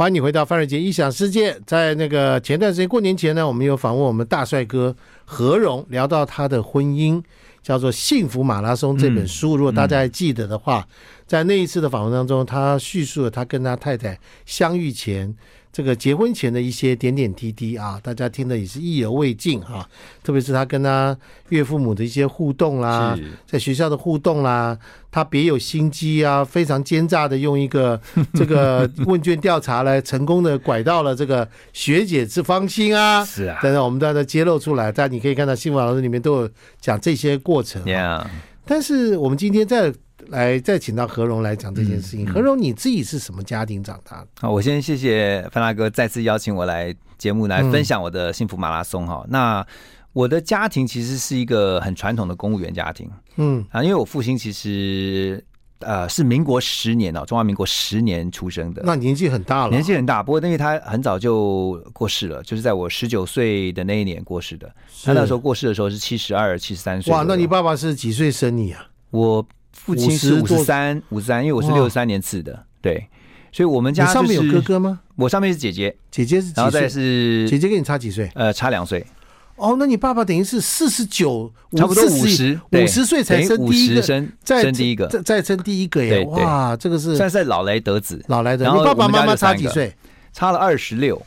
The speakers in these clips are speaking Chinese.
欢迎你回到范瑞杰异想世界。在那个前段时间过年前呢，我们有访问我们大帅哥何荣，聊到他的婚姻，叫做《幸福马拉松》这本书。如果大家还记得的话，在那一次的访问当中，他叙述了他跟他太太相遇前。这个结婚前的一些点点滴滴啊，大家听的也是意犹未尽啊。特别是他跟他岳父母的一些互动啦、是在学校的互动啦、他别有心机啊，非常奸诈的用一 个这个问卷调查来成功的拐到了这个学姐之芳心 啊。是啊等等，我们大家揭露出来，但你可以看到新闻老师里面都有讲这些过程。 ，Yeah，但是我们今天再来再请到何荣来讲这件事情。嗯嗯何荣，你自己是什么家庭长大的？好，我先谢谢范大哥再次邀请我来节目来分享我的幸福马拉松哈、那我的家庭其实是一个很传统的公务员家庭嗯啊，因为我父亲其实呃是民国十年哦，中华民国十年出生的，那年纪很大了，年纪很大，不过因为他很早就过世了，就是在我十九岁的那一年过世的。他那时候过世的时候是七十二、七十三岁左哇，右。那你爸爸是几岁生你啊？我父亲是50五多十三，五十三，因为我是哇六十三年次的，对，所以我们你家、就是、上面有哥，哥吗？我上面是姐姐，姐姐是然后几再岁？姐是姐跟你差几岁？呃差两岁，哦，那你爸爸等于是四十九，差不多五40十，对50岁才等于生五第一十个生再生第一个，再再生第一个耶！对对哇，这个算是是老来得子，老来的。然后你爸爸我们家妈妈就差三个几岁？差了二十六，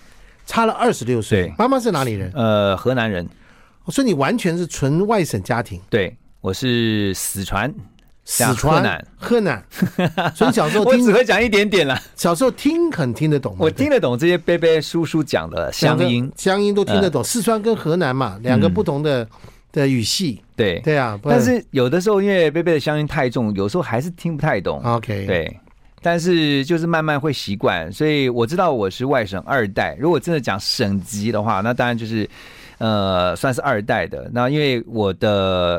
差了二十六岁对。妈妈是哪里人？哦呃，河南人，所以你完全是纯外省家庭，对我是四川，四讲川、啊河南、河南。 所以你小时候我只听，会讲一点 点啦，小时候听很听得懂吗。我听得懂这些贝贝叔叔讲的两乡个音，嗯乡音都听得懂。四川跟河南嘛，两个不同的的语系。对。对啊，不然但是有的时候，因为贝贝的乡音太重，有时候还是听不太懂。 OK，，对，但是就是慢慢会习惯，所以我知道我是外省二代。如果真的讲省级的话，那当然就是。呃，算是二代的。那因为我的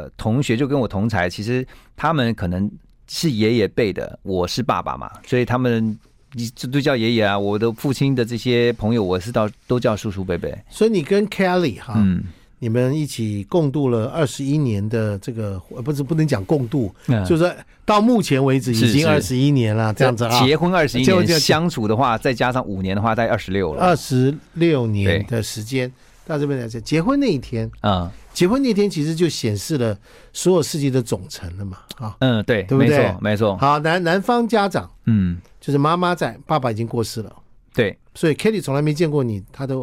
呃同学就跟我同才，其实他们可能是爷爷辈的，我是爸爸嘛，所以他们你这都叫爷爷啊。我的父亲的这些朋友，我是到都叫叔叔伯伯。所以你跟 Kelly 哈，嗯，你们一起共度了二十一年的这个，呃不是不能讲共度，嗯就是说到目前为止已是经二是十一年了，这样子啊，啊结婚二十一就就年，相处的话，再加上五年的话，大概二十六了。二十六年对的时间到这边来讲，结婚那一天，嗯结婚那天其实就显示了所有事情的总成了嘛，啊，嗯，对，对不对没错，没错。好，男男方家长嗯，就是妈妈在，爸爸已经过世了，对，所以 Kelly 从来没见过你，他的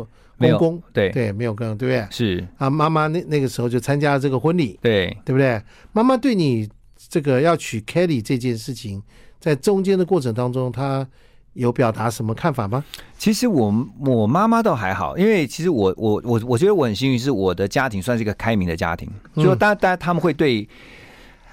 公没有公，对对，没有跟，对不对？是，啊，妈妈那那个时候就参加了这个婚礼，对，对不对？妈妈对你这个要娶 Kelly 这件事情，在中间的过程当中，她有表达什么看法吗？其实我我妈妈倒还好，因为其实我我我我觉得我很幸运，是我的家庭算是一个开明的家庭，嗯就大大家他们会对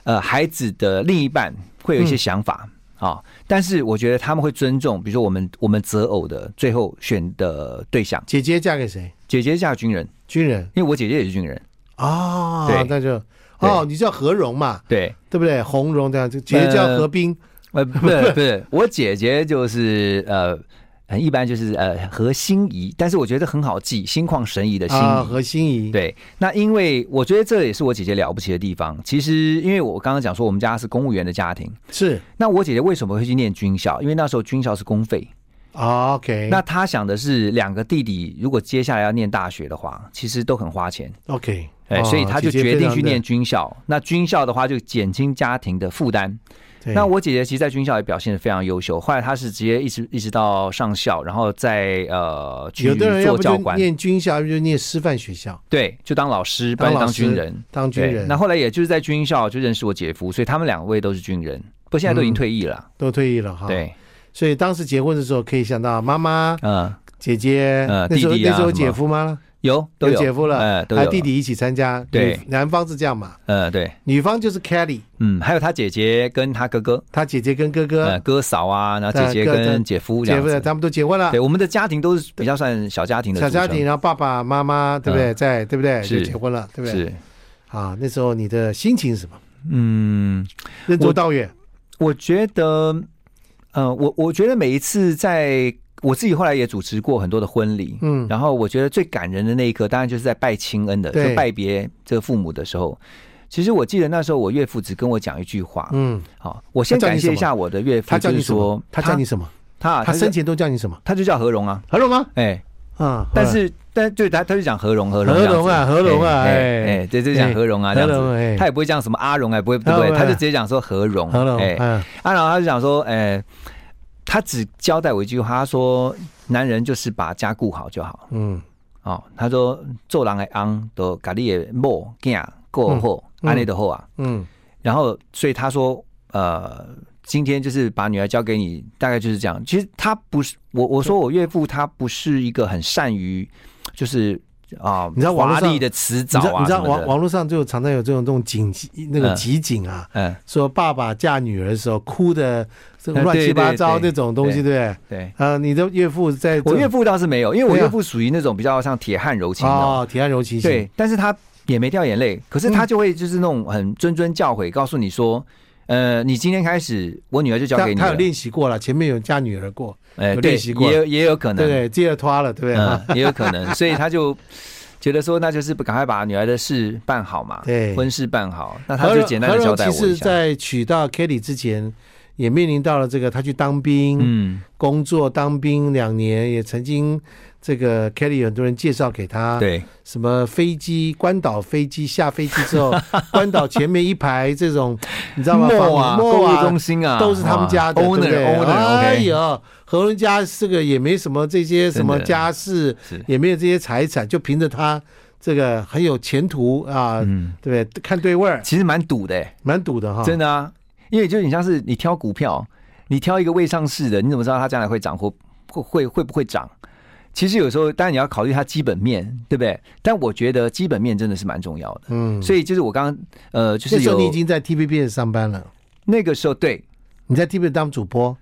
呃孩子的另一半会有一些想法嗯啊、但是我觉得他们会尊重，比如说我们我们择偶的最后选的对象，姐姐嫁给谁？姐姐嫁军人，军人因为我姐姐也是军人，啊、对那就哦，你叫何荣嘛，对，对不对？红荣这样，就姐姐叫何冰，呃，不是不是，我姐姐就是呃。很一般就是呃和心仪，但是我觉得很好记，心旷神怡的心仪、啊，何心怡，，对，那因为我觉得这也是我姐姐了不起的地方。其实，因为我刚刚讲说我们家是公务员的家庭，是那我姐姐为什么会去念军校？因为那时候军校是公费。啊 OK，那她想的是，两个弟弟如果接下来要念大学的话，其实都很花钱， OK，哎、哦所以她就姐姐决定非常去的念军校。那军校的话，就减轻家庭的负担。对那我姐姐其实，在军校也表现的非常优秀。后来她是直接一直一直到上校，然后再呃去有的人要做不教就官，念军校，要不就念师范学校，对，就当老师，不然就当老当军师人。当军对人，那后来也就是在军校就认识我姐夫，所以他们两位都是军人，不过现在嗯都已经退役了。都退役了哈。，对，所以当时结婚的时候，可以想到妈妈、嗯，姐姐，呃那时候弟弟啊那时候有什么姐夫吗？有都有有姐夫了，呃，都还有有弟，弟一起参加。对女男方是这样嘛，呃，对，女方就是 Kelly，嗯，还有他姐姐跟他哥哥，她姐姐跟哥呃，哥，哥嫂啊，然后姐姐呃哥哥跟姐夫这结样婚了，子。他们都结婚了对，，我们的家庭都是比较算小家庭的小家组成嗯庭，，然后爸爸妈妈对不对，在对不对就是结婚了，对不对？是，啊，那时候你的心情是什么？嗯，任重道远，我觉得，呃，我我觉得每一次在我自己后来也主持过很多的婚礼，嗯然后我觉得最感人的那一刻，当然就是在拜亲恩的，对就拜别这个父母的时候。其实我记得那时候我岳父只跟我讲一句话，哦嗯，好、我先他叫你感什么谢一下我的岳父，他叫你就是什么说？他叫你什么？他啊他就生前都叫你什么？他就叫何荣啊，何荣吗？哎、啊，但是但对他他就讲何荣何荣何荣啊这样子何荣啊哎哎哎对，就讲何荣啊这样何荣子哎，他也不会讲什么阿荣哎，不会不何会，荣哎他就直接讲说何荣何荣，哎，嗯，啊然后他就讲说哎，他只交代我一句话，他说男人就是把家顾好就好嗯，哦，他说做人的昂都家里的某囝过后嗯安内的后啊，嗯，然后所以他说呃。今天就是把女儿交给你，大概就是这样。其实他不是我，我说我岳父他不是一个很善于，就是啊，你知道网络华上丽的辞你藻知道啊你知道什么网的。网络上就常常有这种这种景那个嗯集锦啊，嗯，说爸爸嫁女儿的时候哭的呃乱七对八对糟对那种东西，对不对？对，啊，你的岳父在我这岳父倒是没有，因为我对啊岳父属于那种比较像铁汉柔情的，哦，铁汉柔情型，对，但是他也没掉眼泪，可是他就会就是那种很谆谆教诲，告诉你说，呃，你今天开始，我女儿就交嗯他给你他有了，练习过了，前面有嫁女儿过，哎，有对，练习过也有也有对可能不，对？接着拖了，对不啊对？嗯，也有可能， 所以他就觉得说，那就是赶快把女儿的事办好嘛，对婚事办好，那他何就荣简单的何交荣代其我一实，下。在娶到 Kelly 之前，也面临到了这个，他去当兵，嗯，工作当兵两年，也曾经这个 Kelly 有很多人介绍给他，，对，什么飞机关岛飞机下飞机 之后，关岛前面一排这种，你知道吗？莫啊，房购莫物啊，中心啊，都是他们家的对哇不对 owner，owner，哎 OK 呦，何伦家这个也没什么这些什么真的家世是，也没有这些财产，就凭着他这个很有前途啊，嗯，对不对？看对味儿，其实蛮赌的、欸，蛮赌的哈。真的啊，因为就你像是你挑股票，你挑一个未上市的，你怎么知道它将来会涨或会会会不会涨？其实有时候，当然你要考虑它基本面，对不对？但我觉得基本面真的是蛮重要的。嗯，所以就是我刚刚呃，就那是时候有你已经在 TVB 上班了，那个时候对，你在 TVB 当主播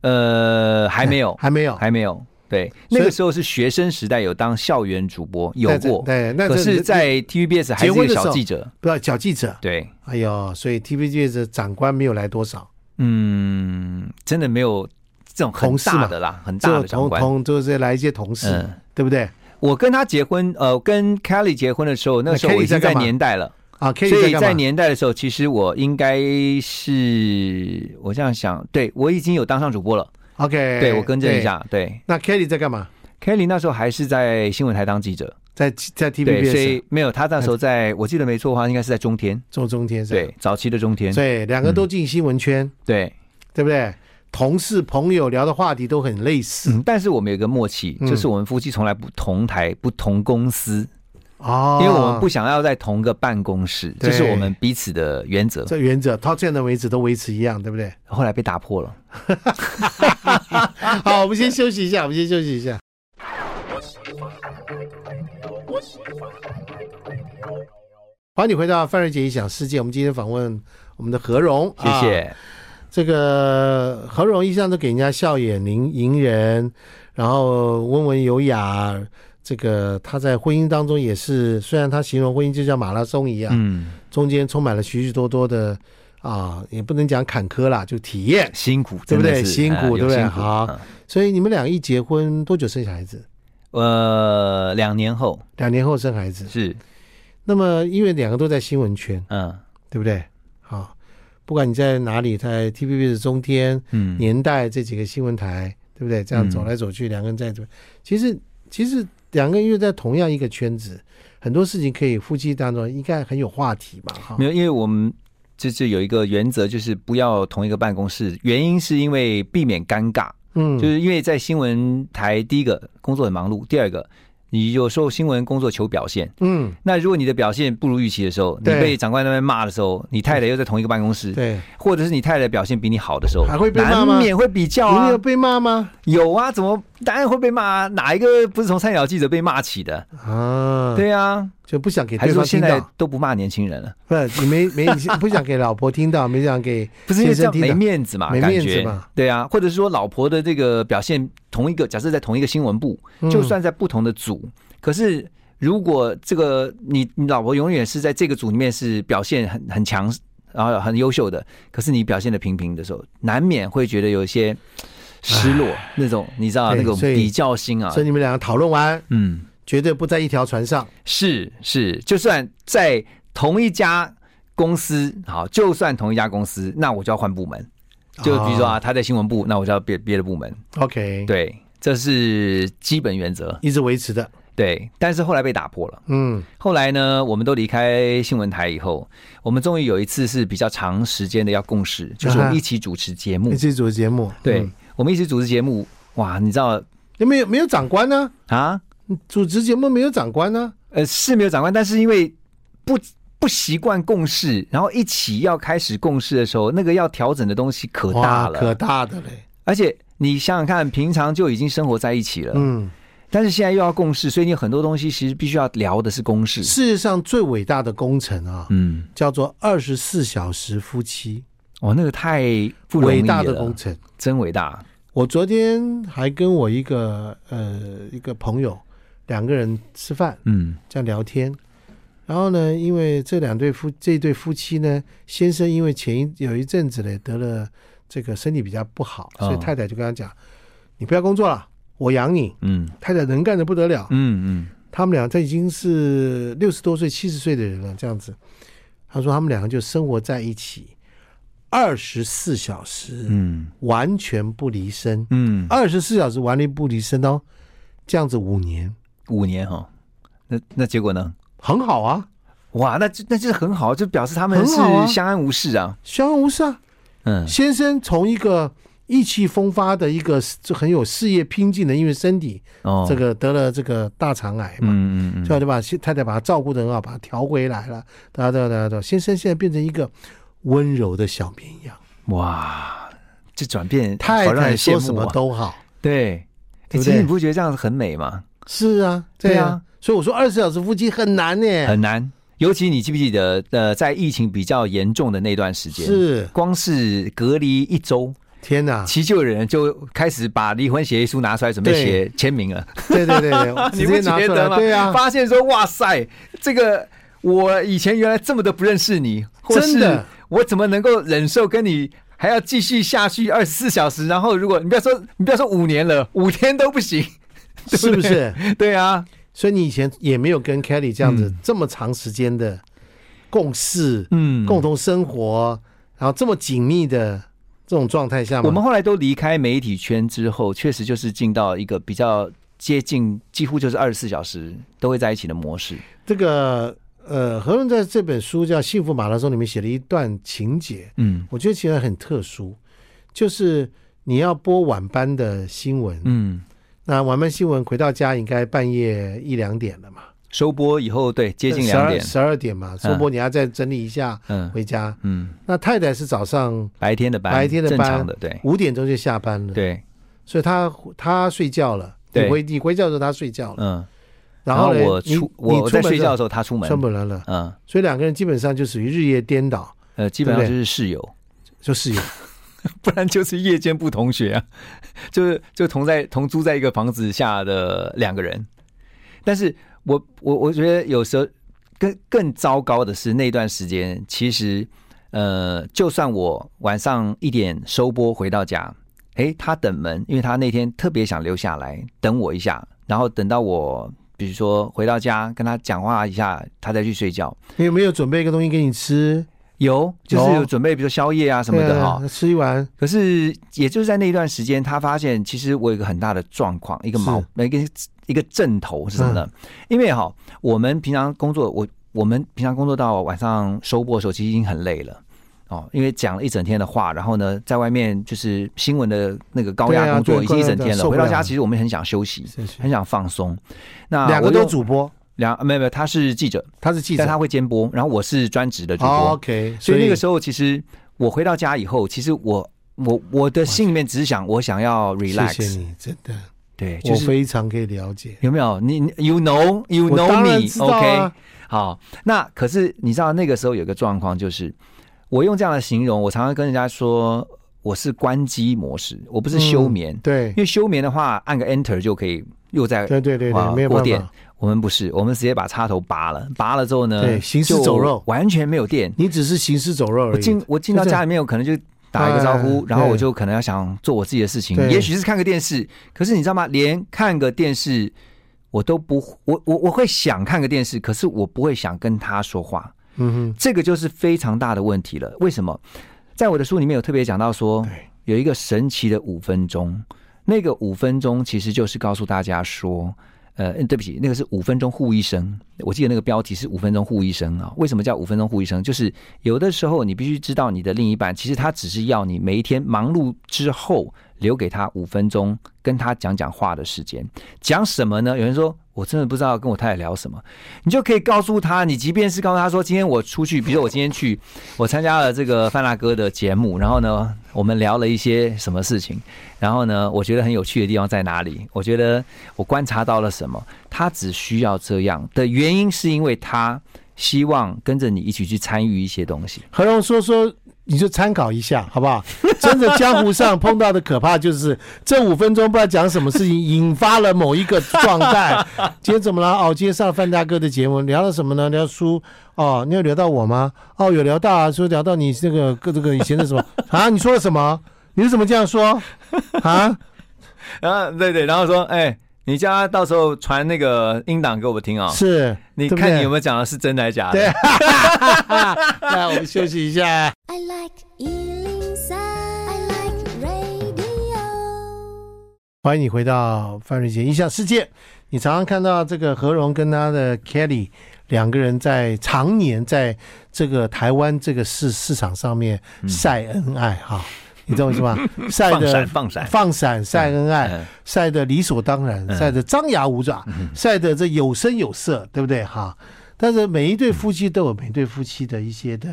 呃，还没 有，还没有？还没有。对，所以那个时候是学生时代，有当校园主播，有在过。对，那可这是，在 TVBS 结还是一婚的个时候小记者。不要小记者，对，哎呦，所以 TVB 的长官没有来多少，嗯，真的没有这种很同事嘛大的啦，很大就的长同官。同就是来一些同事嗯，对不对？我跟他结婚，呃，跟 Kelly 结婚的时候，那时候 Kelly 我已在经在干嘛年代了，啊，可所以干在嘛？年代的时候，其实我应该是，我这样想，对我已经有当上主播了， OK，对我更正一。下，对对那 Kelly 在干嘛？ Kelly 那时候还是在新闻台当记者，在在对，所 TVBS 以没有他那时候在我记得没错的话，应该是在中天，做中天是吧，啊对，嗯早期的中天，所以两个都进新闻圈，对，对不对？同事朋友聊的话题都很类似嗯，但是我们有一个默契，嗯就是我们夫妻从来不同台、不同公司，哦，因为我们不想要在同个办公室，这是我们彼此的原则。这原则到现在为止都维持一样，对不对？后来被打破了。啊好，我们先休息一下，我们先休息一下。欢迎你回到范瑞杰一想世界，我们今天访问我们的何荣，谢啊谢。这个何荣一向都给人家笑眼迎迎人，然后温文有雅。这个他在婚姻当中也是，虽然他形容婚姻就像马拉松一样，嗯，中间充满了许许多多的啊，也不能讲坎坷啦，就体验。辛苦，对不对真的是辛苦嗯有对不对辛苦好嗯所以你们俩一结婚多久生小孩子？呃，两年后两年后生孩子。是，那么因为两个都在新闻圈，嗯对不对？好、不管你在哪里，在 TVB 的中天、嗯，年代这几个新闻台，对不对？这样嗯走来走去，两个人在这边，其实其实两个人又在同样一个圈子，很多事情可以夫妻当中应该很有话题吧？哈没，有，因为我们就是有一个原则，就是不要同一个办公室，原因是因为避免尴尬，嗯，就是因为在新闻台，第一个工作很忙碌，第二个你有时候新闻工作求表现，嗯，那如果你的表现不如预期的时候，你对被长官那边骂的时候，你太太又在同一个办公室，对，或者是你太太表现比你好的时候，还会被骂难吗免会比较你啊们有，被骂吗？有啊，怎么当然会被骂啊？哪一个不是从菜鸟记者被骂起的？啊，，对啊，就不想给还对是方说听现在到，都不骂年轻人了？不，你没没不想给老婆听到， 没想给不是因为这先生样听没到面子嘛？没感面子觉嘛？对啊，或者是说老婆的这个表现，同一个假设在同一个新闻部，嗯就算在不同的组，可是如果这个你你老婆永远是在这个组里面是表现很很强，然后很优秀的，可是你表现的平平的时候，难免会觉得有一些失落，那种你知道对那种所以比较心啊所，以你们两个讨论完，嗯。绝对不在一条船上。是是，就算在同一家公司，好，就算同一家公司，那我就要换部门，就哦比如说啊，他在新闻部，那我就要别别的部门。 ，OK，对，这是基本原则。一直维持的，对，但是后来被打破了。嗯，后来呢，我们都离开新闻台以后，我们终于有一次是比较长时间的要共事，就是我们一起主持节目一。直主持节目，嗯对嗯，，我们一起主持节目，哇，你知道那没有没有长官呢？啊？主持节目没有长官啊呢？呃，是没有长官，但是因为不不习惯共事，然后一起要开始共事的时候，那个要调整的东西可大哇，了，可大的嘞，而且你想想看，平常就已经生活在一起了，嗯，但是现在又要共事，所以你很多东西其实必须要聊的是公事。世界上最伟大的工程啊，嗯，叫做二十四小时夫妻，哇，那个太不容易啊伟了，大的工程。真伟大。我昨天还跟我一个呃一个朋友，两个人吃饭嗯这样聊天，然后呢，因为这两对夫这对夫妻呢，先生因为前一有一阵子呢得了这个身体比较不好，哦所以太太就跟他讲：“你不要工作了，我养你。嗯”太太能干的不得了，嗯他们俩这已经是六十多岁、七十岁的人了，这样子。他说他们两个就生活在一起，二十四小时，嗯完全不离身。嗯嗯，二十四小时完全不离身哦，这样子五年五年哈，那那结果呢？很好啊，哇，那就那就是很好，就表示他们是很好啊相安无事啊。相安无事啊。嗯先生从一个意气风发的一个就很有事业拼劲的，因为身体哦这个得了这个大肠癌嘛，嗯嗯所以就把太太把他照顾的很好，把他调回来了。哒哒哒哒，先生现在变成一个温柔的小绵羊，嗯，哇，这转变太好让太人羡说什慕么啊。都好。对，哎对其不实对你不觉得这样子很美吗？是啊，对啊，啊所以我说二十四小时夫妻很难呢、很难。尤其你记不记得，呃，在疫情比较严重的那段时间，是光是隔离一周，！天哪其实就有人就开始把离婚协议书拿出来准备对写签名了，对对对 对，你直不接拿觉出得来，吗？对啊，发现说哇塞，这个我以前原来这么的不认识你，或真的是我怎么能够忍受跟你？还要继续下去二十四小时，然后如果你不要说你不要说五年了，五天都不行，是不是？ 对啊，所以你以前也没有跟 Kelly 这样子嗯这么长时间的共事、嗯共同生活，然后这么紧密的这种状态下吗？我们后来都离开媒体圈之后，确实就是进到一个比较接近，几乎就是二十四小时都会在一起的模式。这个呃，何润在这本书叫《幸福马拉松》里面写了一段情节，嗯我觉得其实很特殊，就是你要播晚班的新闻，嗯，那晚班新闻回到家应该半夜一两点了嘛，收播以后，对，接近两点。十二点嘛，收播你要再整理一下、嗯回家。嗯，那太太是早上白天的班，白天的班正常的，对五点钟就下班了，对，所以他他睡觉了，你对回你回家的时候他睡觉了，嗯。然后后呢，我你出我你我出在门睡觉时的时候，他出候门出。门了，嗯所以两个人基本上就属于日夜颠倒，呃，基本上对就不对是室友，就是 有不然就是夜间部同学啊， 就是就同在同住在一个房子下的两个人。但是我我我觉得有时候更更糟糕的是那段时间，其实呃，就算我晚上一点收播回到家，诶，他等门，因为他那天特别想留下来等我一下，然后等到我比如说回到家跟他讲话一下，他再去睡觉。你有没有准备一个东西给你吃有，就是有有准备，比如说宵夜啊什么的哈、对啊吃一碗可是，也就是在那一段时间，他发现其实我有一个很大的状况，一个毛，一个一个阵头是什么呢？嗯因为哈，我们平常工作，我我们平常工作到晚上收播的时候，其实已经很累了哦，因为讲了一整天的话，然后呢，在外面就是新闻的那个高对压啊工作对已经一整高压天了，受不回了到家其实我们很想休息，是是很想放松。那两个啊我都用主播，两没有没有，他是记者，他是记者但他会兼播，然后我是专职的主播。哦，OK，所以那个候时候，其实我回到家以后，其实我我我的心里面只是想，我想要 relax，谢谢你，真的，对，就我是非常可以了解。有没有你你 you know you 我当 know 然 me 知道 OK 啊，好，那可是你知道那个时候有个状况就是，我用这样的形容，我常常跟人家说我是关机模式，我不是休眠，嗯对因为休眠的话按个 Enter 就可以又在对对对哇对，没有办过电法，我们不是，我们直接把插头拔了，拔了之后呢，对行尸就走肉完全没有电，你只是行尸走肉而我已。 进我进到家里面，我可能就打一个招呼哎，然后我 对就可能要想做我自己的事情，对也许是看个电视。可是你知道吗？连看个电视我都不，我我我会想看个电视，可是我不会想跟他说话，嗯哼，这个就是非常大的问题了。为什么？在我的书里面有特别讲到说对，有一个神奇的五分钟，那个五分钟其实就是告诉大家说，呃，对不起，那个是五分钟护一生，我记得那个标题是五分钟护一生啊。为什么叫五分钟护一生？就是有的时候你必须知道你的另一半，其实他只是要你每一天忙碌之后留给他五分钟跟他讲讲话的时间。讲什么呢？有人说我真的不知道跟我太太聊什么，你就可以告诉他，你即便是告诉他说，今天我出去，比如说我今天去， 我参加了这个范大哥的节目，然后呢，我们聊了一些什么事情，然后呢，我觉得很有趣的地方在哪里？我觉得我观察到了什么？他只需要这样的原因，是因为他希望跟着你一起去参与一些东西。何荣说说，你就参考一下，好不 好？真的江湖上碰到的可怕就是这五分钟不知道讲什么事情，引发了某一个状 态。今天怎么了？哦，今天上范大哥的节目，聊了什么呢？聊书哦，你有聊到我吗？哦，有聊到啊，说聊到你这个各这个以前的什 么啊？你说了什么？你是怎么这样说啊？然后啊对对，然后说，哎、你叫他到时候传那个音档给我 听啊、是，你对不看对你有 没有讲的是真的还是假的？对，来，我们休息一下。 I like Ealing Sound. I like radio. 欢迎你回到范瑞杰印象世界。你常常看到这个何荣跟他的 Kelly 两个人在常年在这个台湾这个市市场上面晒恩爱哈、你懂我意 思吗？晒放的闪放闪，放闪晒恩爱，嗯晒的理所当然，嗯晒的张牙舞爪，晒的这有声有色，对不对哈？但是每一对夫妻都有每对夫妻的一些的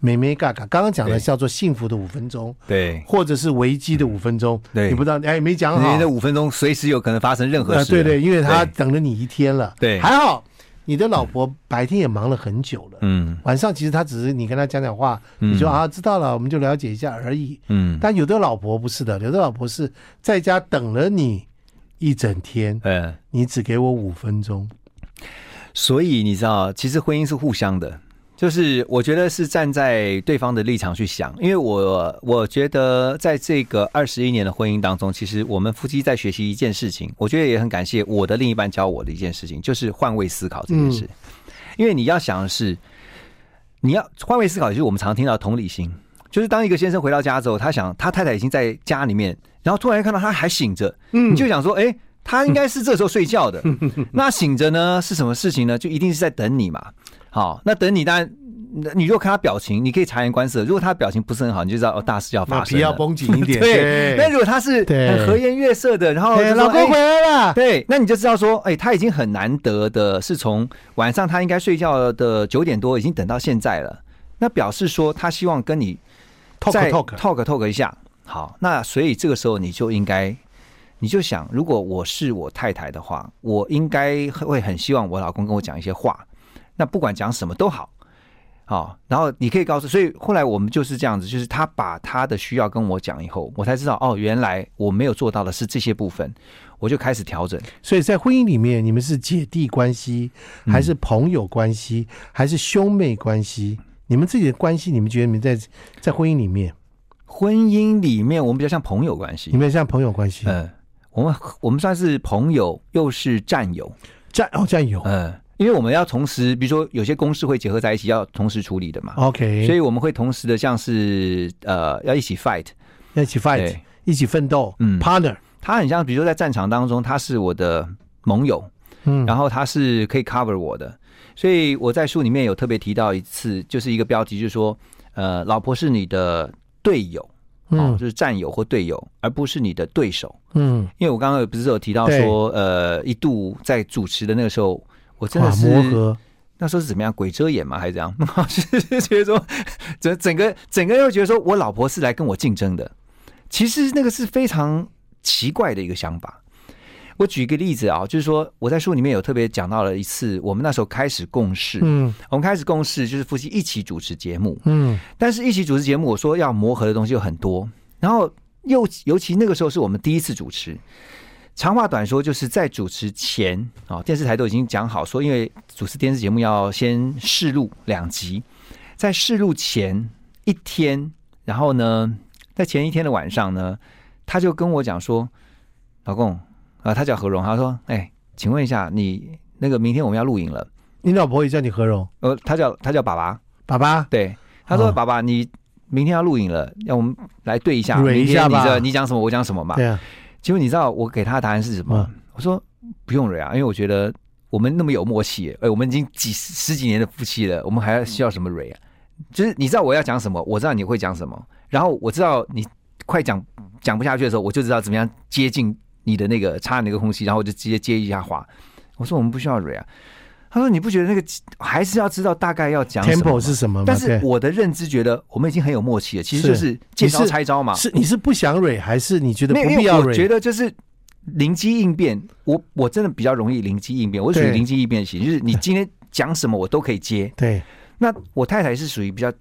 美美嘎嘎。刚刚讲的对叫做幸福的五分钟，对。或者是危机的五分钟，对你不知道哎没讲好你，的五分钟随时有可能发生任何啊，事、对对，因为他对等了你一天了。对还好你的老婆白天也忙了很久了，嗯晚上其实她只是你跟她讲讲话，嗯你说啊知道了，我们就了解一下而已。嗯，但有的老婆不是的，有的老婆是在家等了你一整天，呃，你只给我五分钟。所以你知道，其实婚姻是互相的，就是我觉得是站在对方的立场去想，因为我我觉得在这个二十一年的婚姻当中，其实我们夫妻在学习一件事情，我觉得也很感谢我的另一半教我的一件事情，就是换位思考这件事，因为你要想的是，你要换位思考，也就是我们常听到的同理心。就是当一个先生回到家之后，他想他太太已经在家里面，然后突然看到他还醒着，嗯你就想说，哎、他应该是这时候睡觉 的。那醒着呢是什么事情呢？就一定是在等你嘛。好，那等你当然。你如果看他表情，你可以察言观色。如果他表情不是很好，你就知道哦，大事要那发生皮了。要绷紧一点。 对，那如果他是对很和颜悦色的，然后就哎说老公哎回来 了。对，那你就知道说，哎、他已经很难得的是从晚上他应该睡觉的九点多，已经等到现在了。那表示说他希望跟你 Talk 再 talk， talk talk 一下。好，那所以这个时候你就应该，你就想，如果我是我太太的话，我应该会很希望我老公跟我讲一些话，那不管讲什么都好。好，然后你可以告诉，所以后来我们就是这样子，就是他把他的需要跟我讲以后，我才知道哦，原来我没有做到的是这些部分，我就开始调整。所以在婚姻里面，你们是姐弟关系，嗯还是朋友关系，还是兄妹关系？你们自己的关系，你们觉得你们在在婚姻里面，婚姻里面，我们比较像朋友关系你，们像朋友关系？嗯、我们我们算是朋友，又是战友，战哦战友嗯，因为我们要同时，比如说有些公事会结合在一起，要同时处理的嘛， ，OK，所以以我们会同时的像是呃要一起 fight，一起 fight，对一起奋斗，嗯，partner，他很像，比如说在战场当中，他是我的盟友，嗯，然后后他是可以 cover 我的，所以我在书里面有特别提到一次，就是一个标题，就是说呃，老婆是你的队友，哦，嗯就是战友或队友，而不是你的对手。嗯，因为我刚刚不是有提到说，呃，一度在主持的那个时候，我真的哇，是磨合，那时候是怎么样，鬼遮眼吗？还是怎样？ 是觉得说整整个整个又觉得说我老婆是来跟我竞争的，其实那个是非常奇怪的一个想法。我举一个例子啊，就是说我在书里面有特别讲到了一次，我们那时候开始共事，嗯我们开始共事就是夫妻一起主持节目，嗯，但是一起主持节目，我说要磨合的东西有很多，然后又尤其那个时候是我们第一次主持。长话短说，就是在主持前啊、哦，电视台都已经讲好说，因为主持电视节目要先试录两集，在试录前一天，然后呢，在前一天的晚上呢，他就跟我讲说：“老公啊、他叫何荣，他说：‘哎，请问一下，你那个明天我们要录影了，你老婆也叫你何荣，呃，他叫他叫爸爸，爸爸，对，他说：“哦爸爸，你明天要录影了，让我们来对一下，蕊明一下天你吧这你讲什么，我讲什么嘛。对啊，嗯结果你知道我给他的答案是什么？我说不用了呀，因为我觉得我们那么有默契，哎，我们已经几十十几年的夫妻了，我们还需要什么蕊啊？就是你知道我要讲什么，我知道你会讲什么，然后我知道你快讲讲不下去的时候，我就知道怎么样接近你的那个插你那个空隙，然后我就直接接一下话。我说我们不需要蕊啊。他说你不觉得那个还是要知道大概要讲什么 tempo 吗是什么嘛？但是对我的认知觉得我们已经很有默契了，其实就是是见招你是拆招嘛。是你是不想蕊，还是你觉得没不有，因必为要我觉蕊？得就是灵机应变，我我真的比较容易灵机应变，我是属于对灵机应变型，就是你今天讲什么我都可以 接。对，那我太太是属于比较，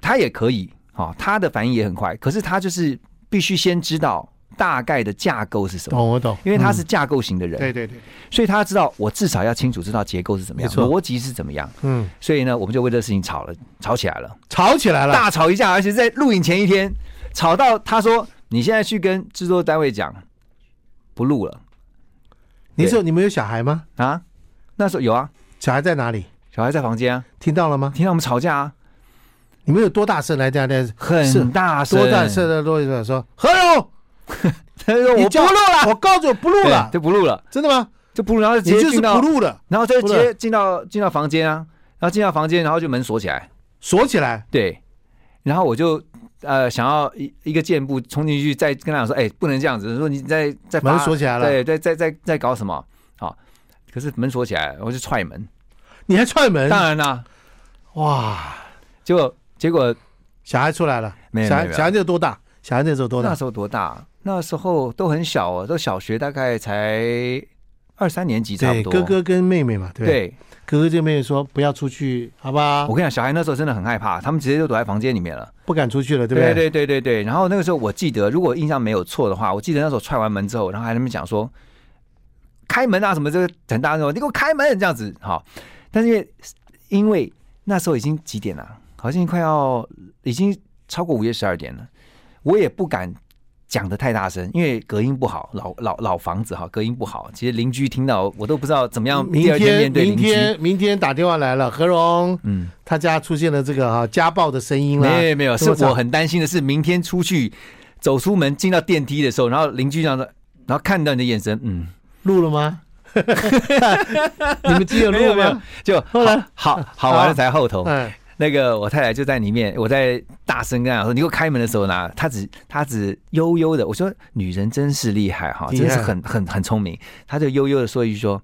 她也可以，哦，她的反应也很快，可是她就是必须先知道大概的架构是什么。懂我懂，因为她是嗯架构型的人，对对对，所以她知道我至少要清楚知道结构是怎么样，没错逻辑是怎么样。嗯，所以呢，我们就为这事情吵了，吵起来了。吵起来了，大吵一架，而且在录影前一天吵到他说：“你现在去跟制作单位讲，不录了你说你们有小孩吗？啊。”那时候有啊，小孩在哪里？小孩在房间啊，听到了吗？听到我们吵架啊，你们有多大声来大家是很大声，多大声？的落一声说何勇，他说：“你我不叫录了，我告诉我不录了对，就不录了，真的吗？就不录，然后就你直接就是进不到，录了，然后就直不录接进到进到房间啊，然后进到房间，然后就门锁起来，锁起来，对，然后我就。”呃，想要一一个箭步冲进去，再跟他讲说，哎、不能这样子，说你在在门锁起来了，对，在在在在搞什么？好，可是门锁起来，我就踹门。你还踹门，当然啦，哇，结果结果小孩出来了，没有小没孩有小孩那时候多大？小孩那时候多那大？时候多大？那时候都很小哦，都小学大概才二三年级差不对，多。哥哥跟妹妹嘛，对不对，对，哥哥跟妹妹说不要出去，好不好我？跟你讲，小孩那时候真的很害怕，他们直接就躲在房间里面了。不敢出去了，对不对对？对对对对。然后那个时候我记得，如果印象没有错的话，我记得那时候踹完门之后，然后还在那边讲说开门啊什么，这个很大声，你给我开门啊这样子。好，但是因为因为那时候已经几点了、好像快要已经超过午夜十二点了，我也不敢。讲的太大声，因为隔音不好，老老老房子哈，隔音不好。其实邻居听到我都不知道怎么样。明第二天天，面对明邻居，天，明天打电话来了，何荣嗯，他家出现了这个哈家暴的声音啦，没有没有，这是么吵我很担心的是，明天出去走出门进到电梯的时候，然后邻居这样的，然后看到你的眼神，嗯，录了 吗？你们只有没有录没有吗？，就后来好好好玩了才后头。嗯，那个我太太就在里面，我在大声跟她讲说：“你给我开门的时候呢，她只她只悠悠的，我说女人真是厉害哈，厉害真是很很很聪明。”她就悠悠的说一句说：“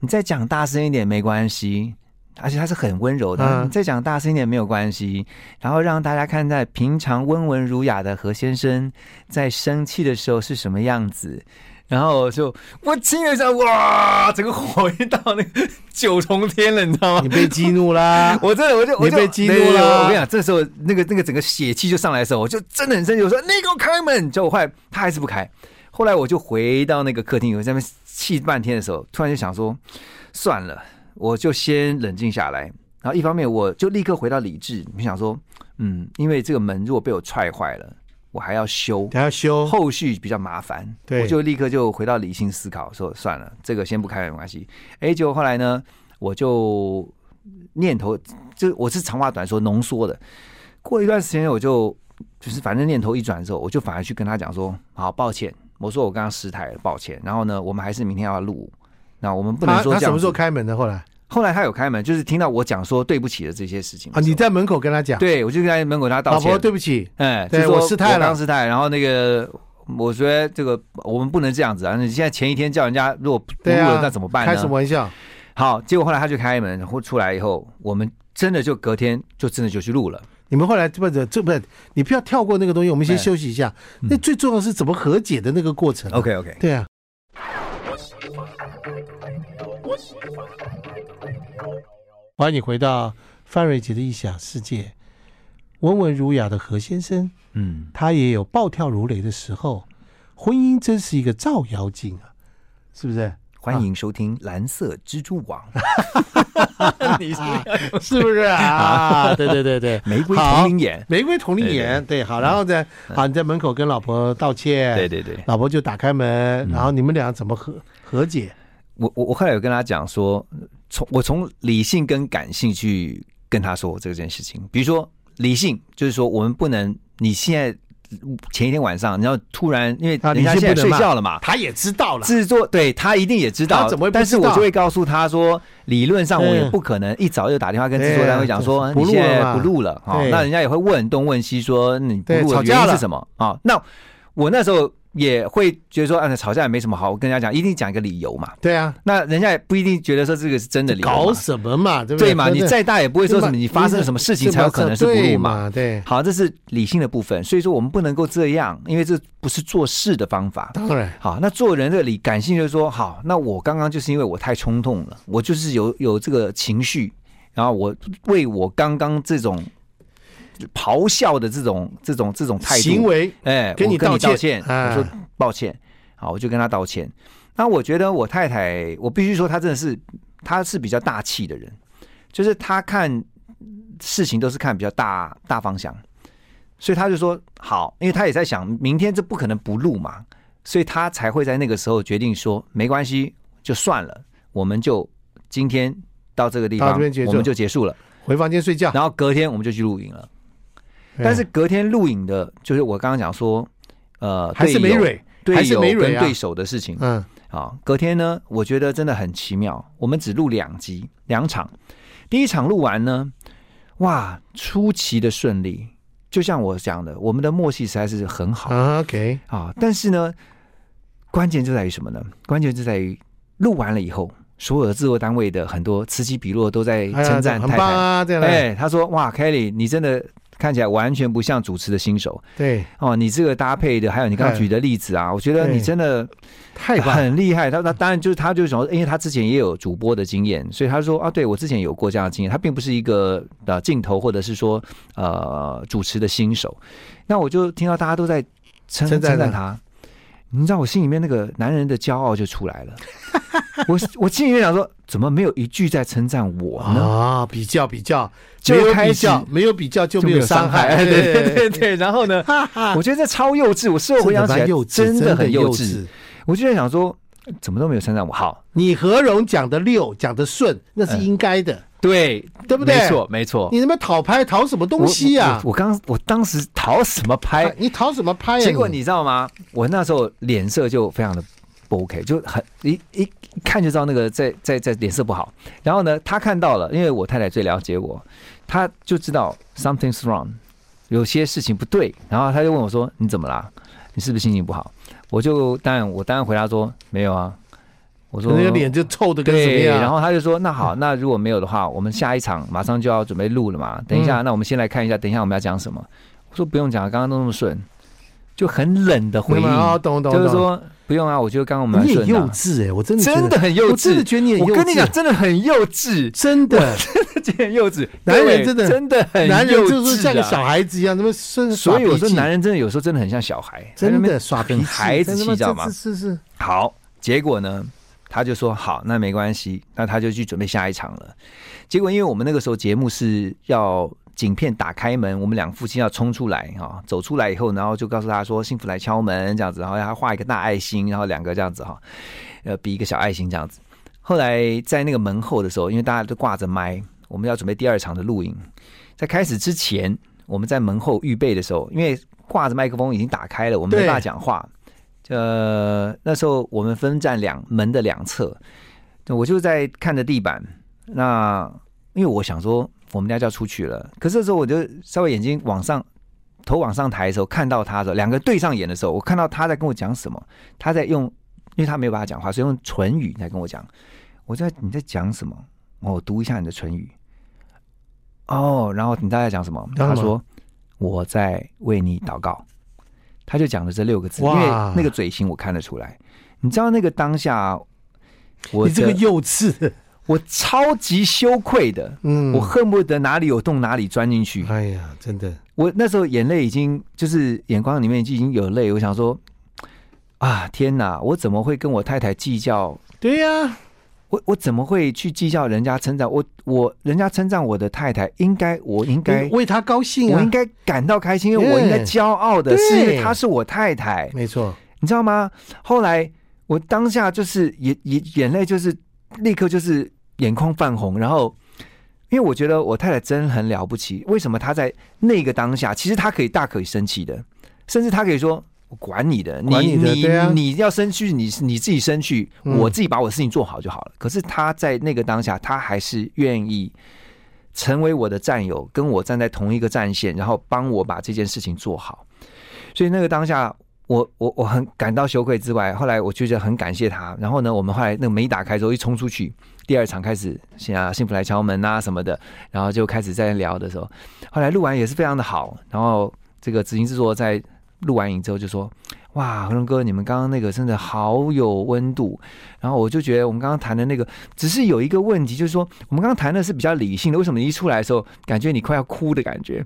你再讲大声一点没关系。”而且她是很温柔的，嗯你再讲大声一点没有关系，然后让大家看在平常温文儒雅的何先生在生气的时候是什么样子。然后就我亲了一下，哇，整个火一到那个九重天了，你知道吗，你？被激怒啦我真的，我就我你就被激怒对对对了我跟你讲，这时候那个那个整个血气就上来的时候，我就真的很生气，我说：“你给我开门！”结果后来他还是不开。后来我就回到那个客厅，我在那边气半天的时候，突然就想说，算了，我就先冷静下来。然后一方面我就立刻回到理智，我想说，嗯，因为这个门如果被我踹坏了，我还要修，等下修，后续比较麻烦，对我就立刻就回到理性思考，说算了，这个先不开没关系。哎，结果后来呢，我就念头就我是长话短说浓缩的，过了一段时间，我就就是反正念头一转之后，我就反而去跟他讲说，好抱歉，我说我刚刚失态了，抱歉。然后呢，我们还是明天要录，那我们不能他说他这什样么时候子。开门的？后来后来他有开门，就是听到我讲说对不起的这些事情啊，的时你候在门口跟他讲，对我就在门口跟他道老歉，婆对不起，哎，对就说我失态了我刚失态。然后那个，我觉得这个我们不能这样子啊！你现在前一天叫人家如果不不录对啊了，那怎么办开什呢么？玩笑？好，结果后来他就开门，然后出来以后，我们真的就隔天就真的就去录了。你们后来不是这不是你不要跳过那个东西，我们先哎休息一下。嗯那最重要的是怎么和解的那个过程啊。 OK OK，对啊，欢迎你回到范瑞杰的异想世界。温文儒雅的何先生，嗯，他也有暴跳如雷的时候。婚姻真是一个照妖镜啊，是不是？欢迎收听蓝色蜘蛛 网。 你是是不是 啊？对对对对，玫瑰好同龄眼，玫瑰同龄对对嗯眼，对，好，然后再好，你在门口跟老婆道歉，对嗯对对，老婆就打开门，然后你们俩怎么和和解？我我我后来有跟他讲说，从我从理性跟感性去跟他说这件事情，比如说理性，就是说我们不能，你现在前一天晚上，你要突然因为啊人家理性现在不能睡骂觉了嘛，他也知道了，制作对他一定也知道，他怎么会不但是知我道就会告诉他说，理论上我也嗯不可能一早就打电话跟对制作单位讲说、不你录现了在嘛不录了哈、哦对那人家也会问东问西说你不对录的吵架原因是了什么啊、哦那我那时候也会觉得说，啊，吵架也没什么好，我跟人家讲一定讲一个理由嘛。对啊，那人家也不一定觉得说这个是真的理由嘛，搞什么嘛，对不对对嘛？真你的再大也不会说什么对嘛你发生了什么事情才有可能是不对录嘛。嘛？对，好，这是理性的部分，所以说我们不能够这样，因为这不是做事的方法。当然好，那做人的理感性就是说，好，那我刚刚就是因为我太冲动了，我就是有有这个情绪，然后我为我刚刚这种咆哮的这种这种这种态度，行为哎，跟我你跟道你歉道歉，啊我说抱歉，好，我就跟他道歉。那我觉得我太太，我必须说，她真的是，她是比较大气的人，就是她看事情都是看比较大大方向，所以她就说好，因为她也在想，明天这不可能不录嘛，所以她才会在那个时候决定说，没关系，就算了，我们就今天到这个地到方这边结，束啊我们就结束了，回房间睡觉，然后隔天我们就去录影了。但是嗯隔天录影的，就是我刚刚讲说，呃，还是队没友蕊，队还是友没蕊跟啊对手的事情啊、嗯，好隔天呢，我觉得真的很奇妙，我们只录两集两场，第一场录完呢，哇，出奇的顺利，就像我讲的，我们的默契实在是很好啊、啊，OK，但是呢，关键就在于什么呢？关键就在于录完了以后，所有的制作单位的很多此起彼落都在哎呀称赞很太棒太，啊，这样的，哎，他说哇，Kelly，你真的看起来完全不像主持的新手。对，哦，你这个搭配的，还有你刚刚哎举的例子啊，我觉得对你真的太棒了，很厉害。他他当然就是他就是想说，因为他之前也有主播的经验，所以他说啊，对我之前有过这样的经验，他并不是一个呃镜头或者是说呃主持的新手。那我就听到大家都在称称称赞赞他他，你知道我心里面那个男人的骄傲就出 来了。我我心里面想说，怎么没有一句在称赞我呢？啊，比较比较，就没有开比始较，没有比较就没有伤害，哎对对对对对。然后呢，我我觉得这超幼稚。我事后回想起来，幼稚，真的很幼幼稚。。我就在想说，怎么都没有称赞我好，你何荣讲的溜，讲的顺，那是应该的，对对不对？没错，没错。你他妈讨拍讨什么东西啊呀、我我我刚我当时讨什么哎拍，？你讨什么拍呀、结果你知道吗？我那时候脸色就非常的不 OK，就很一一一看就知道那个在在在脸色不好。然后呢，他看到了，因为我太太最了解我，他就知道 something's wrong，有些事情不对。然后他就问我说：“你怎么啦？你是不是心情不好？”我就当然我当然回答说：“没有啊。”我说那个脸就臭的跟什么对，样？啊嗯然后他就说：“那好，那如果没有的话，我们下一场马上就要准备录了嗯嘛。等一下，那我们先来看一下，等一下我们要讲什么。”我说：“不用讲，刚刚都那么顺，就很冷的回你应，们哦，懂懂就是懂。说不用啊，我觉得刚刚我们蛮你很顺幼的啊、稚哎、我真的觉得真的很幼我真的稚。觉得你很幼我稚。欸跟你讲，，真的很幼稚， 真的，真的很幼稚，男人对真的真的很幼稚、啊，男人就是像个小孩子一样，那么顺。所以我说，男人人真的有时候真的很像小孩，真还在那的边耍脾很气，孩子真的气，知道吗？是是是，好，结果呢，他就说好，那没关系，那他就去准备下一场了。结果因为我们那个时候节目是要景片打开门，我们两夫妻要冲出来哈、走出来以后，然后就告诉他说幸福来敲门这样子，然后他画一个大爱心，然后两个这样子哈、呃，比一个小爱心这样子。后来在那个门后的时候，因为大家都挂着麦，我们要准备第二场的录影。在开始之前，我们在门后预备的时候，因为挂着麦克风已经打开了，我们没对办法讲话。呃，那时候我们分站两门的两侧，我就在看着地板。那因为我想说，我们家就要出去了，可是这时候我就稍微眼睛往上。头往上抬的时候，看到他的时候，两个对上眼的时候，我看到他在跟我讲什么，他在用，因为他没有办法讲话，所以用唇语在跟我讲。我在你在讲什么？哦我读一下你的唇语。哦，然后你大概讲什么？讲什么他说我在为你祷告，他就讲了这六个字，因哇为那个嘴型我看得出来。你知道那个当下，我你这个的幼 稚，我超级羞愧的，嗯我恨不得哪里有洞哪里钻进去。哎呀，真的，我那时候眼泪已经就是眼眶里面已经有泪，我想说啊，天哪，我怎么会跟我太太计较？对呀、我我怎么会去计较人家称赞我？我人家称赞我的太太，应该我应该你为他高兴我啊应，该感到开心，因为对我应该骄傲对的，是因为她是我太太，没错，你知道吗？后来我当下就是眼眼眼泪就是立刻就是眼眶泛红，然后因为我觉得我太太真很了不起。为什么她在那个当下，其实她可以大可以生气的，甚至她可以说：“我管你的，你管你的你对啊你要生气，你你自己生气，嗯我自己把我的事情做好就好了。可是她在那个当下，她还是愿意成为我的战友，跟我站在同一个战线，然后帮我把这件事情做好。所以那个当下，我我我很感到羞愧之外，后来我就觉得很感谢他。然后呢，我们后来那个门一打开之后，一冲出去，第二场开始幸啊幸福来敲门啊什么的，然后就开始在聊的时候，后来录完也是非常的好。然后这个执行制作在录完影之后就说：“哇，恒隆哥，你们刚刚那个真的好有温度。”然后我就觉得我们刚刚谈的那个，只是有一个问题，就是说我们刚刚谈的是比较理性的，为什么你一出来的时候，感觉你快要哭的感觉？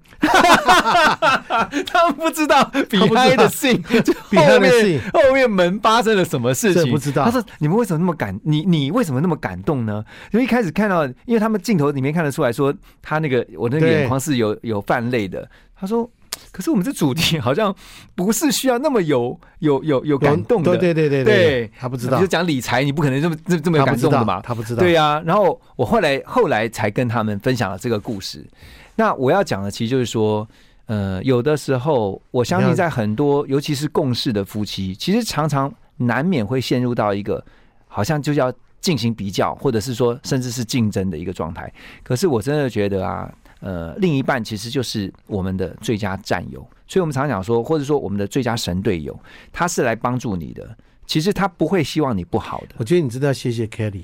他们不知道 behind the scene 就后 Behind the 面后面门发生了什么事这情，不知道他说你们为什么那么感你你为什么那么感动呢？因为一开始看到，因为他们镜头里面看得出来说他那个我那个对眼眶是有有泛泪的。他说。可是我们这主题好像不是需要那么有有有有感动的，对对对对对他不知你道就，讲理财，你不可能这么这这么有他感不知动的道，嘛？他不知道，对呀、然后我后来后来才跟他们分享了这个故事。那我要讲的其实就是说，呃，有的时候我相你信要在很多，尤其是共事的夫妻，其实常常难免会陷入到一个好像就要进行比较，或者是说甚至是竞争的一个状态。可是我真的觉得啊，呃，另一半其实就是我们的最佳战友，所以我们常讲说，或者说我们的最佳神队友，他是来帮助你的。其实他不会希望你不好的。我觉得你真的要谢谢 Kelly，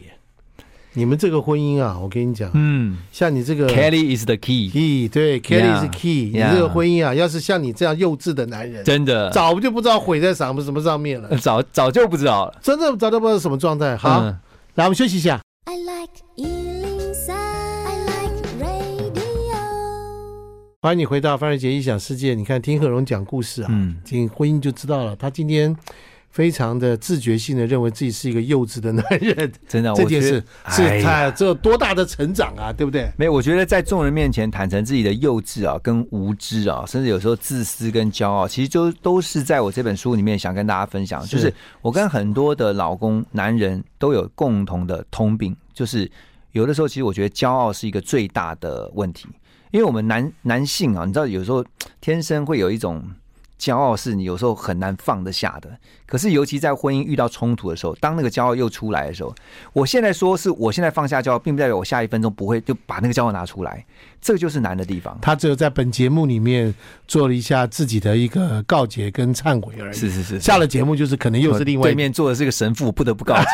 你们这个婚姻啊，我跟你讲，嗯像你这个，Kelly is the key， key，对 Kelly 是 Yeah， key，你 yeah 这个婚姻啊，要是像你这样幼稚的男人，真的早就不知道毁在什么什么上面了 呃，早早就不知道了。真的早都不知道什么状态。好，嗯来我们休息一下。 I like Ealing Sound. I like radio. 欢迎你回到范瑞杰异想世界。你看，听贺荣讲故事啊，嗯听婚姻就知道了。他今天非常的自觉性的认为自己是一个幼稚的男人，真的 这件事我觉得哎是呀他这有多大的成长啊，对不对？没有，我觉得在众人面前坦诚自己的幼稚啊，跟无知啊，甚至有时候自私跟骄傲，其实就都是在我这本书里面想跟大家分享。是就是我跟很多的老公、男人都有共同的通病，就是有的时候其实我觉得骄傲是一个最大的问题，因为我们男男性啊，你知道有时候天生会有一种骄傲，是你有时候很难放得下的。可是尤其在婚姻遇到冲突的时候，当那个骄傲又出来的时候，我现在说是我现在放下骄傲，并不代表我下一分钟不会就把那个骄傲拿出来，这个就是难的地方。他只有在本节目里面做了一下自己的一个告解跟忏悔而已。是是是，下了节目就是可能又是另外对一面，面坐的是个神父，不得不告诫。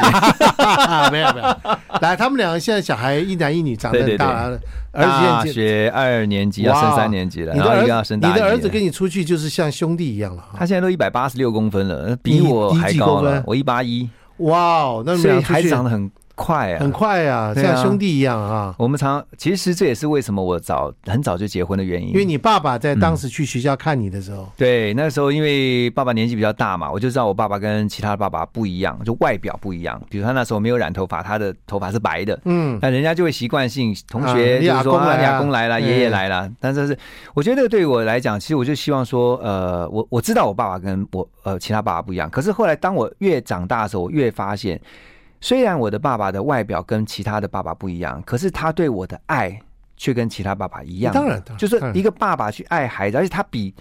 没有没有。来，他们两个现在小孩一男一女长得很对对对大了，大而且学二年级要哇升三年 级了，你然的后一儿个要子，升你大一的了儿子跟你出去就是像兄弟一样了啊。他现在都一百八十六公分了，你比我还你几高公了分，我一八一，哇哦，那你所们以俩出孩子去长得很快啊，很。快啊，对啊像兄弟一样啊。我们常其实这也是为什么我早很早就结婚的原因，因为你爸爸在当嗯时去学校看你的时候，对，那时候因为爸爸年纪比较大嘛，我就知道我爸爸跟其他的爸爸不一样，就外表不一样。比如他那时候没有染头发，他的头发是白的，嗯，那人家就会习惯性同啊学你就是说阿公来啊，啊你阿公来了，嗯爷爷来了。但是是我觉得对我来讲，其实我就希望说，呃，我我知道我爸爸跟我呃其他爸爸不一样，可是后来当我越长大的时候，我越发现，虽然我的爸爸的外表跟其他的爸爸不一样，可是他对我的爱却跟其他爸爸一样。当然当然就是当然一个爸爸去爱孩子，而且他比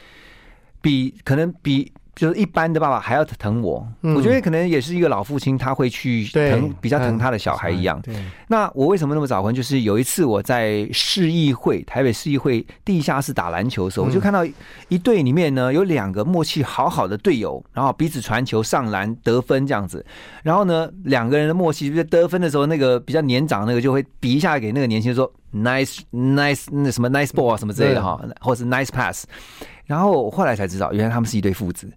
比可能比就是一般的爸爸还要疼我。嗯我觉得可能也是一个老父亲，他会去对嗯疼比较疼他的小孩一样。对，那我为什么那么早婚？就是有一次我在市议会，台北市议会地下室打篮球的时候，嗯我就看到一队里面呢有两个默契好好的队友，然后彼此传球上篮得分这样子。然后呢，两个人的默契就是得分的时候，那个比较年长那个就会比一下给那个年轻人说 nice nice 那什么 nice ball 啊什么之类的哈，或是 nice pass。然后我后来才知道，原来他们是一对父子。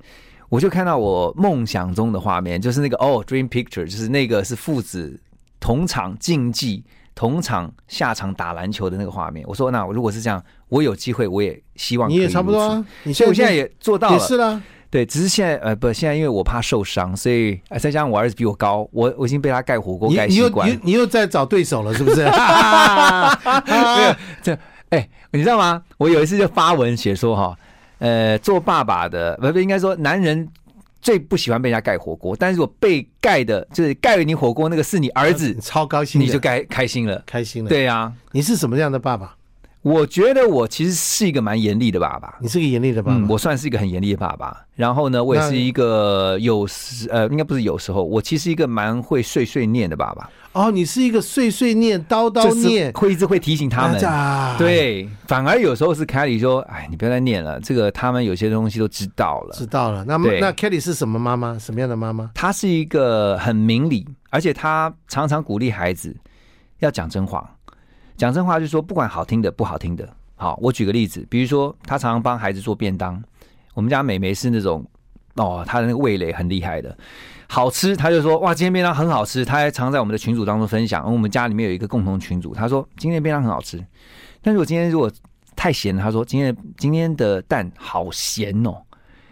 我就看到我梦想中的画面，就是那个哦，dream picture，就是那个是父子同场竞技、同场下场打篮球的那个画面。我说，那如果是这样，我有机会，我也希望你可也以差不多如此。啊。你所以我现在也也做到了，也是啦，对，只是现在呃不，现在因为我怕受伤，所以呃再加上我儿子比我高，我我已经被他盖火锅你盖你习又惯你了又。你又在找对手了，是不 是？没有这哎、你知道吗？我有一次就发文写说哈，呃，做爸爸的不不，应该说男人最不喜欢被人家盖火锅，但是我被盖的就是盖了你火锅那个是你儿子，超高兴的，你就该开心了。开心了。，对啊，你是什么样的爸爸？我觉得我其实是一个蛮严厉的爸爸。你是个严厉的爸嗯，爸。我算是一个很严厉的爸爸。然后呢，我也那是一个有时呃，应该不是有时候，我其实一个蛮会碎碎念的爸爸，哦，你是一个碎碎念、叨叨就是念，会一直会提醒他们。啊，对，反而有时候是凯里说：“哎，你不要再念了，这个他们有些东西都知道了。知道了。那对那 Kelly 是什么妈妈？什么样的妈妈”？他是一个很明理，而且他常常鼓励孩子要讲真话。讲真话就是说，不管好听的不好听的。好，我举个例子，比如说他常常帮孩子做便当。我们家美眉是那种哦，她的那个味蕾很厉害的，好吃，她就说哇，今天便当很好吃。她还常在我们的群组当中分享，因为我们家里面有一个共同群组，她说今天便当很好吃。但是我今天如果太咸了，她说今天今天的蛋好咸哦。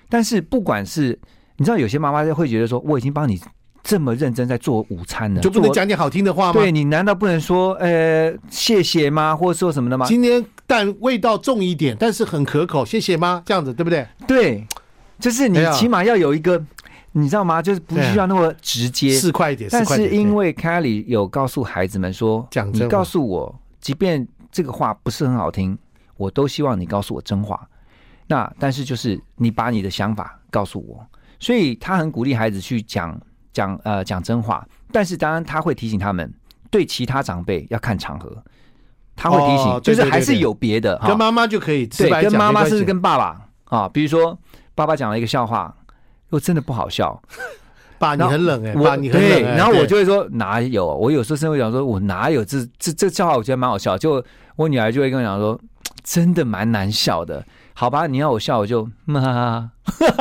但是不管是你知道，有些妈妈就会觉得说，我已经帮你这么认真在做午餐了，就不能做讲点好听的话啊吗？对你难道不能说呃谢谢吗，或者说什么的吗？今天蛋味道重一点，但是很可口，谢谢妈，这样子对不对？对，就是你哎呀起码要有一个，你知道吗？就是不对啊需要那么直接。是快一点，但快一是点。因为凯里有告诉孩子们说讲，真你话告诉我，即便这个话不是很好听，我都希望你告诉我真话。那但是就是你把你的想法告诉我，所以他很鼓励孩子去讲讲呃讲真话，但是当然他会提醒他们，对其他长辈要看场合，他会提醒，哦对就是对还对是对有别的，对哈跟妈妈就可以直对，白跟讲妈妈没关系甚至跟爸爸啊，比如说爸爸讲了一个笑话，如果真的不好笑，爸，你然后很冷哎，我爸你很对，冷哎，然后我对就会说哪有？我有时候甚至会讲说，我哪有这这这笑话，我觉得蛮好笑。就我女儿就会跟我讲说，真的蛮难笑的。好吧，你要我笑，我就嗯妈。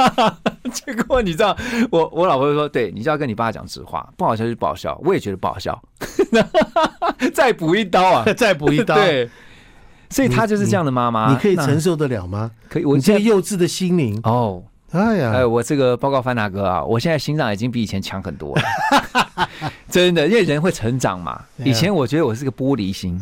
结果你知道，我我老婆就说，对，你就要跟你爸讲实话，不好笑就不好笑，我也觉得不好笑， 再补一刀啊！ 再补一刀， 对，所以她就是这样的妈妈。你可以那承受得了吗？可以，我你这现个在幼稚的心灵，哦，哎哎，呀，我这个报告范大哥啊，我现在心脏已经比以前强很多了， 真的，因为人会成长嘛。对啊以前我觉得我是个玻璃心，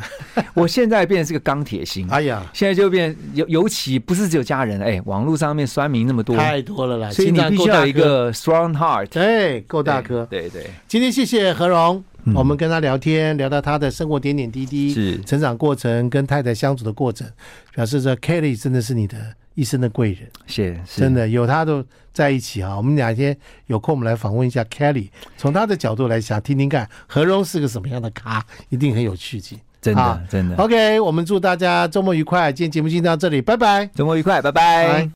我现在变成是个钢铁心，哎呀，现在就变尤尤其不是只有家人，哎，网络上面酸民那么多，太多了啦，所以心你脏必须够要大有一颗，个 strong heart，哎，够大哥。对对今天谢谢何荣嗯，我们跟他聊天，聊到他的生活点点滴滴，对，是成长过程跟太太相处的过程，表示着 Kelly 真的是你的一生的贵人，谢，是真的有他都在一起啊。我们哪天有空，我们来访问一下 Kelly，从他的角度来想，听听看何荣是个什么样的咖，一定很有趣境。真啊的真的， OK，我们祝大家周末愉快。今天节目进行到这里，拜拜。周末愉快，拜拜。